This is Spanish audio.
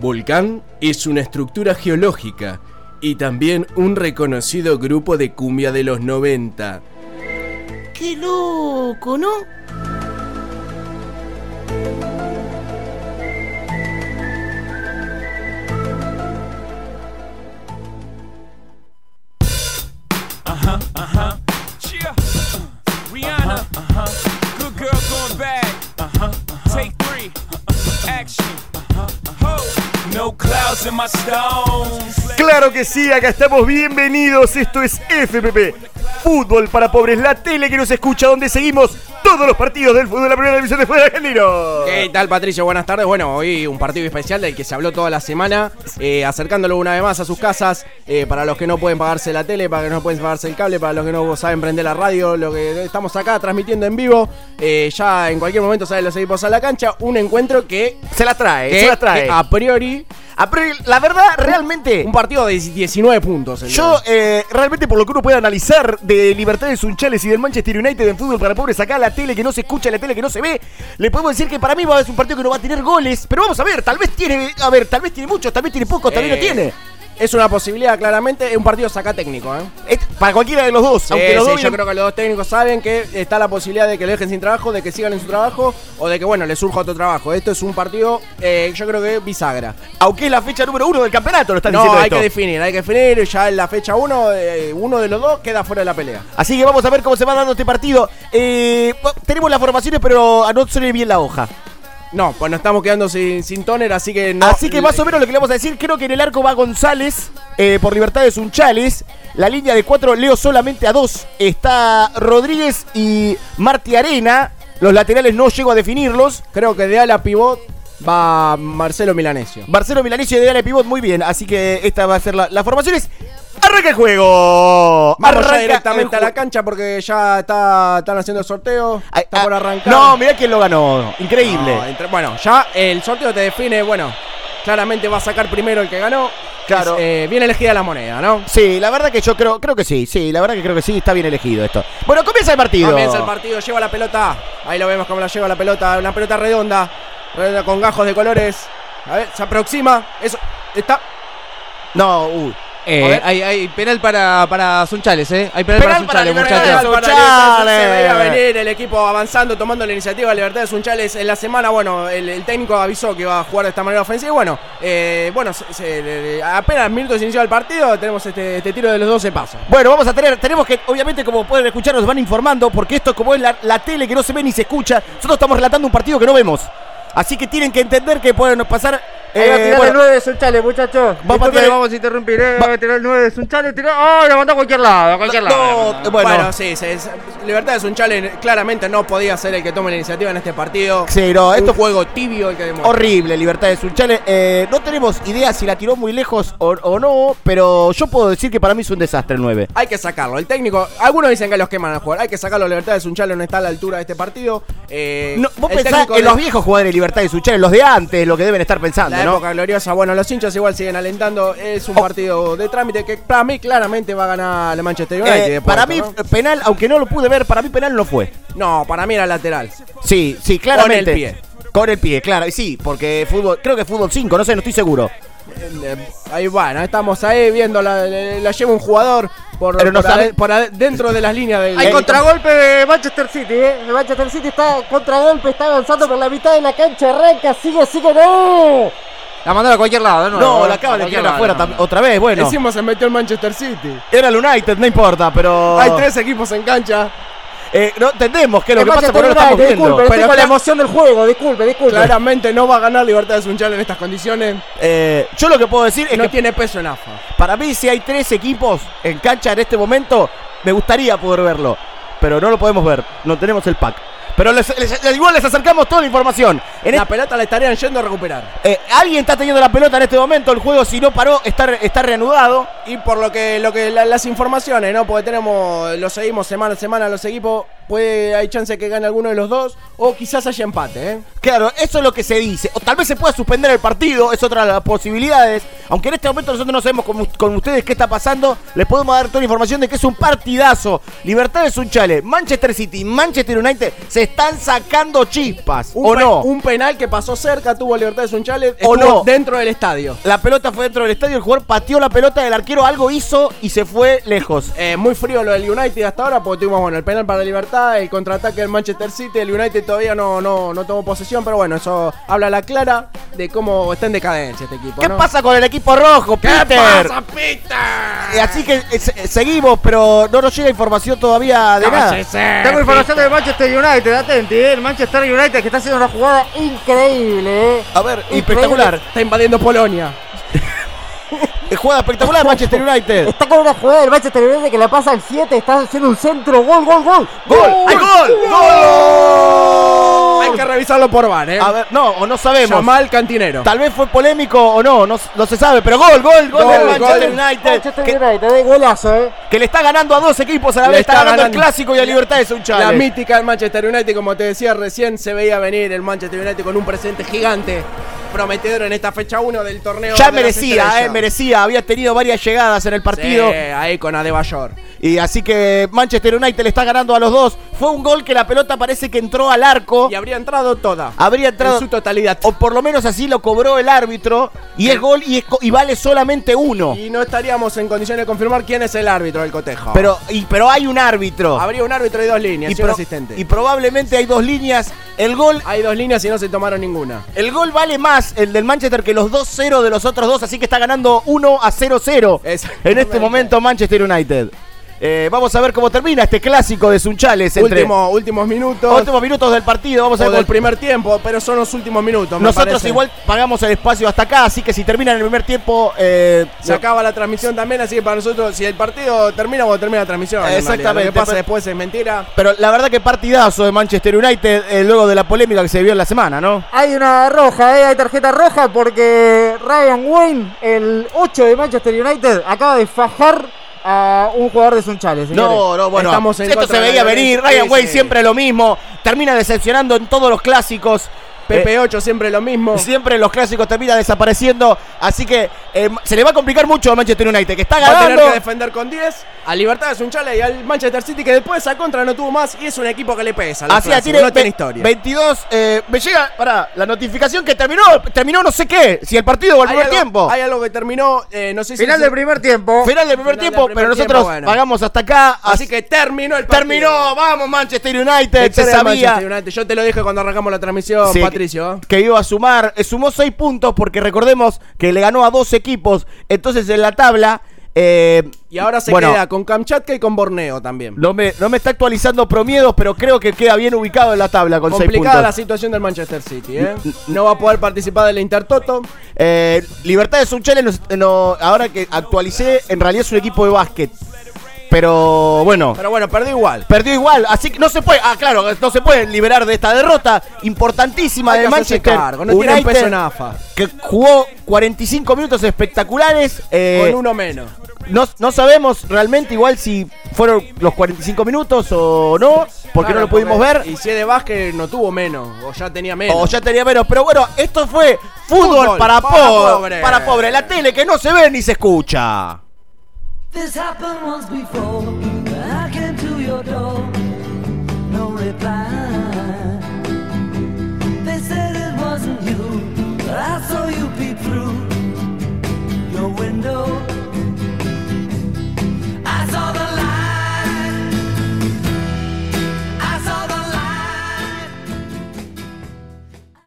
Volcán es una estructura geológica y también un reconocido grupo de cumbia de los 90. ¡Qué loco, ¿no? Ajá, ajá. Yeah. Rihanna. Ajá. Good girl going bad. Ajá. Take three. Action. Ajá. Ho. No clouds in my stones. Claro que sí, acá estamos bienvenidos. Esto es FPP, Fútbol para Pobres, la tele que nos escucha, donde seguimos todos los partidos del fútbol de la primera división de fútbol argentino. ¿Qué tal Patricio? Buenas tardes. Bueno, hoy un partido especial del que se habló toda la semana, eh, acercándolo una vez más a sus casas, eh, para los que no pueden pagarse la tele, para los que no pueden pagarse el cable, para los que no saben prender la radio, lo que estamos acá transmitiendo en vivo, eh, ya en cualquier momento salen los equipos a la cancha, un encuentro que, Se las trae, que- se las trae. que a priori, Ah, pero la verdad, realmente, un partido de 19 puntos. el de hoy. yo eh, realmente por lo que uno puede analizar de Libertades Sunchales y del Manchester United en fútbol para pobres, acá la tele que no se escucha, la tele que no se ve, le podemos decir que para mí va a ser un partido que no va a tener goles, pero vamos a ver, tal vez tiene, a ver, tal vez tiene muchos, tal vez tiene pocos, tal vez no Eh, tiene. Es una posibilidad, claramente, es un partido saca técnico, ¿eh? Es para cualquiera de los dos, Sí, aunque los sí, dos yo vienen- creo que los dos técnicos saben que está la posibilidad de que lo dejen sin trabajo, de que sigan en su trabajo o de que, bueno, les surja otro trabajo. Esto es un partido, eh, yo creo que bisagra. aunque es la fecha número uno del campeonato, lo están No, diciendo hay esto. que definir, hay que definir. Ya en la fecha 1, uno de los dos queda fuera de la pelea. Así que vamos a ver cómo se va dando este partido. Eh, va- tenemos las formaciones, pero a no suele bien la hoja. No, pues nos estamos quedando sin, sin toner, así que no. Así que más o menos lo que le vamos a decir, creo que en el arco va González, eh, por Libertades Unchales. La línea de cuatro, leo solamente a dos. Está Rodríguez y Marti Arena. Los laterales no llego a definirlos. Creo que de ala pivot va Marcelo Milanesio. Barcelo Milanesio y Dele Pivot, muy bien. Así que esta va a ser la, la formación. Es... ¡Arranca el juego! Vamos Arranca ya el directamente a la juego. cancha porque ya está, están haciendo el sorteo. Ay, está ah, por arrancar. No, mirá quién lo ganó. Increíble. No, entre- bueno, ya el sorteo te define, bueno, claramente va a sacar primero el que ganó. Claro. Es, eh, bien elegida la moneda, ¿no? Sí, la verdad que yo creo, creo que sí, sí, la verdad que creo que sí, está bien elegido esto. Bueno, comienza el partido. Comienza el partido, lleva la pelota. Ahí lo vemos como la lleva la pelota. Una pelota redonda, redonda con gajos de colores. A ver, se aproxima. Eso, está. No, uh, uy. Eh, A ver. hay, hay penal para, para Sunchales, ¿eh? Hay penal, Penal para para Sunchales, Libertad. muchachos. Libertad. Para Libertad, Chale. Se veía venir el equipo avanzando, tomando la iniciativa. Libertad de Sunchales en la semana, bueno, el, el técnico avisó que iba a jugar de esta manera ofensiva. Y bueno, eh, bueno se- se- eh, apenas minutos inició el partido, tenemos este, este tiro de los 12 pasos. Bueno, vamos a tener, tenemos que, obviamente, como pueden escuchar, nos van informando, porque esto como es la, la tele que no se ve ni se escucha, nosotros estamos relatando un partido que no vemos. Así que tienen que entender que pueden pasar. eh, bueno, 9 de Sunchales, muchachos. Va a Disculpen, patear- vamos a interrumpir, ¿eh? Va a tirar el 9 de Sunchales. ¡Oh, la mandó a cualquier lado! A cualquier no, bueno, Bueno, sí, se- se- Libertad de Sunchales claramente no podía ser el que tome la iniciativa en este partido. sí, no, esto Un fue juego tibio el que demuestra. horrible, Libertad de Sunchales. Eh, no tenemos idea si la tiró muy lejos o, o no, pero yo puedo decir que para mí es un desastre el 9. Hay que sacarlo. El técnico, algunos dicen que los queman al jugador. Hay que sacarlo. Libertad de Sunchales no está a la altura de este partido. Eh, No, vos el pensás técnico en de- los viejos jugadores de Libertad de Sunchales, los de antes, lo que deben estar pensando, La ¿no? época gloriosa. Bueno, los hinchas igual siguen alentando. Es un Oh. partido de trámite que para mí claramente va a ganar el Manchester United. Eh, de Porto, para mí, ¿no? penal, aunque no lo pude ver, para mí penal no fue. No, para mí era lateral. Sí, sí, claramente. Con el pie. Con el pie, claro. Y sí, porque fútbol, creo que fútbol 5, no sé, no estoy seguro. Eh, Ahí bueno, estamos ahí viendo. La, la lleva un jugador por, Pero no por sabe- ade- por ade- dentro de las líneas del. Hay del- contragolpe de Manchester City, ¿eh? El Manchester City está contragolpe, está avanzando por la mitad de la cancha, arranca, sigue, sigue, ¡no! La mandaron a cualquier lado, ¿no? No, la acaban de tirar afuera tam- otra vez, bueno. Encima se metió el Manchester City. Era el United, no importa, pero. Hay tres equipos en cancha. Eh, no entendemos qué es lo El que pasa, Manchester pero no lo estamos United, viendo. disculpe, estoy Pero con la cla- emoción del juego, disculpe, disculpe. Claramente no va a ganar Libertad de Sunchal en estas condiciones. Eh, yo lo que puedo decir es No que tiene peso en AFA. para mí, si hay tres equipos en cancha en este momento, me gustaría poder verlo. Pero no lo podemos ver, no tenemos el pack. Pero les- les- igual les acercamos toda la información. En este, La pelota la estarían yendo a recuperar. Eh, alguien está teniendo la pelota en este momento. El juego, si no paró, está, re- está reanudado. Y por lo que, lo que la- las informaciones, ¿no? Porque tenemos, lo seguimos semana a semana los equipos. Puede, hay chance de que gane alguno de los dos. O quizás haya empate, ¿eh? Claro, eso es lo que se dice. O tal vez se pueda suspender el partido, es otra de las posibilidades. Aunque en este momento nosotros no sabemos con, con ustedes qué está pasando, les podemos dar toda la información de que es un partidazo. Libertad es un chale. Manchester City, Manchester United se están sacando chispas. Un ¿O pe- no? Un penal que pasó cerca, tuvo libertad de un chale. ¿O no? Dentro del estadio. La pelota fue dentro del estadio, el jugador pateó la pelota, el arquero algo hizo y se fue lejos. Eh, muy frío lo del United hasta ahora, porque tuvimos bueno, el penal para la libertad, el contraataque del Manchester City, el United todavía no, no, no tomó posesión, pero bueno, eso habla a la clara de cómo está en decadencia este equipo. ¿Qué ¿no? pasa con el equipo rojo, Peter? E Eh, Así que eh, se- eh, seguimos, pero no nos llega información todavía de nada. Tengo información del Manchester United, atenti, eh, el Manchester United que está haciendo una jugada increíble. eh. A ver, Increíble. espectacular. Está invadiendo Polonia. Eh, Jugada espectacular Manchester United. Está con una jugada del Manchester United que la pasa al 7, está haciendo un centro, gol, gol, gol. ¡Gol! ¡Hay gol! ¡Gol! Hay que revisarlo por VAR, ¿eh? Oh. A ver, no, o no sabemos. Llamá al cantinero. Tal vez fue polémico o no, no, no se sabe, pero gol, gol, gol, Gol, del Manchester gol. United. Manchester Que, United, eh, golazo, eh. que le está ganando a dos equipos a la Le vez. Está, está ganando el ganando. clásico y a Libertad es un La chale. mítica del Manchester United, como te decía recién, se veía venir el Manchester United con un presente gigante, prometedor en esta fecha 1 del torneo. Ya de las merecía, estrellas. eh, merecía. Había tenido varias llegadas en el partido. Sí, ahí con Adebayor. Y así que Manchester United le está ganando a los dos. Fue un gol que la pelota parece que entró al arco. Y habría entrado toda. Habría Oh. entrado. En su totalidad. O por lo menos así lo cobró el árbitro. Y es gol y, es co- y vale solamente uno. Y no estaríamos en condiciones de confirmar quién es el árbitro del cotejo. Pero, y, pero hay un árbitro. habría un árbitro y dos líneas, y, un pro- asistente. y probablemente hay dos líneas. El gol, Hay dos líneas y no se tomaron ninguna. el gol vale más el del Manchester que los 2-0 de los otros dos, así que está ganando 1 a 0-0 en Exactamente. este momento Manchester United. Eh, vamos a ver cómo termina este clásico de Sunchales entre Último- últimos minutos. últimos minutos del partido. Vamos a o ver del cómo- primer tiempo, pero son los últimos minutos. me Nosotros parece. igual pagamos el espacio hasta acá, así que si termina en el primer tiempo, eh, Se acaba la transmisión también, así que para nosotros, si el partido termina, bueno, termina la transmisión. en realidad. Exactamente, Eh, Lo que pasa pero- después es mentira. Pero la verdad que partidazo de Manchester United eh, luego de la polémica que se vio en la semana, ¿no? Hay una roja, eh, hay tarjeta roja porque Ryan Wayne, el 8 de Manchester United, acaba de fajar a un jugador de Sunchales. señores. no, bueno, Estamos en esto contra se de veía la venir, violencia. Ryan sí, Wayne sí. siempre lo mismo, termina decepcionando en todos los clásicos. Eh, PP8 siempre lo mismo. Siempre en los clásicos termina desapareciendo, así que eh, se le va a complicar mucho a Manchester United, que está Va a ganando. tener que defender con 10. A Libertad es un chale y al Manchester City que después a contra no tuvo más y es un equipo que le pesa. los Así es, clásicos, tiene, no tiene ve- historia. 22, eh, me llega, pará, la notificación que terminó, terminó no sé qué, si el partido o el Hay primer algo- tiempo. Hay algo que terminó, eh, no sé si... Final del primer tiempo. Final del primer Final del tiempo, primer pero tiempo, nosotros bueno. pagamos hasta acá, Así que terminó el partido. Terminó, vamos Manchester United, Victoria se del sabía Manchester United. Yo te lo dije cuando arrancamos la transmisión, Sí, Patricio. que iba a sumar, eh, sumó 6 puntos porque recordemos que le ganó a dos equipos, entonces en la tabla... eh, Y ahora se bueno, queda con Kamchatka y con Borneo también. No me, no me está actualizando promiedos, pero creo que queda bien ubicado en la tabla con 6 Complicada la puntos. situación del Manchester City, ¿eh? No va a poder participar del Intertoto. Eh, Libertad es un challenge, no- no- ahora que actualicé, en realidad es un equipo de básquet. Pero bueno, Pero bueno, perdió igual. perdió igual, así que no se puede, ah claro, no se puede liberar de esta derrota importantísima Hay de que hacerse Manchester. cargo, no tiene un United. peso en AFA. que jugó 45 minutos espectaculares. eh, Con uno menos. no, no sabemos realmente igual si fueron los 45 minutos o no, porque Claro, no lo pudimos porque- ver. Y si es de Vázquez no tuvo menos, o ya tenía menos. O ya tenía menos, pero bueno, esto fue fútbol, Fútbol para para, po- pobre. para pobre, la tele que no se ve ni se escucha. This happened once before. I came to your door.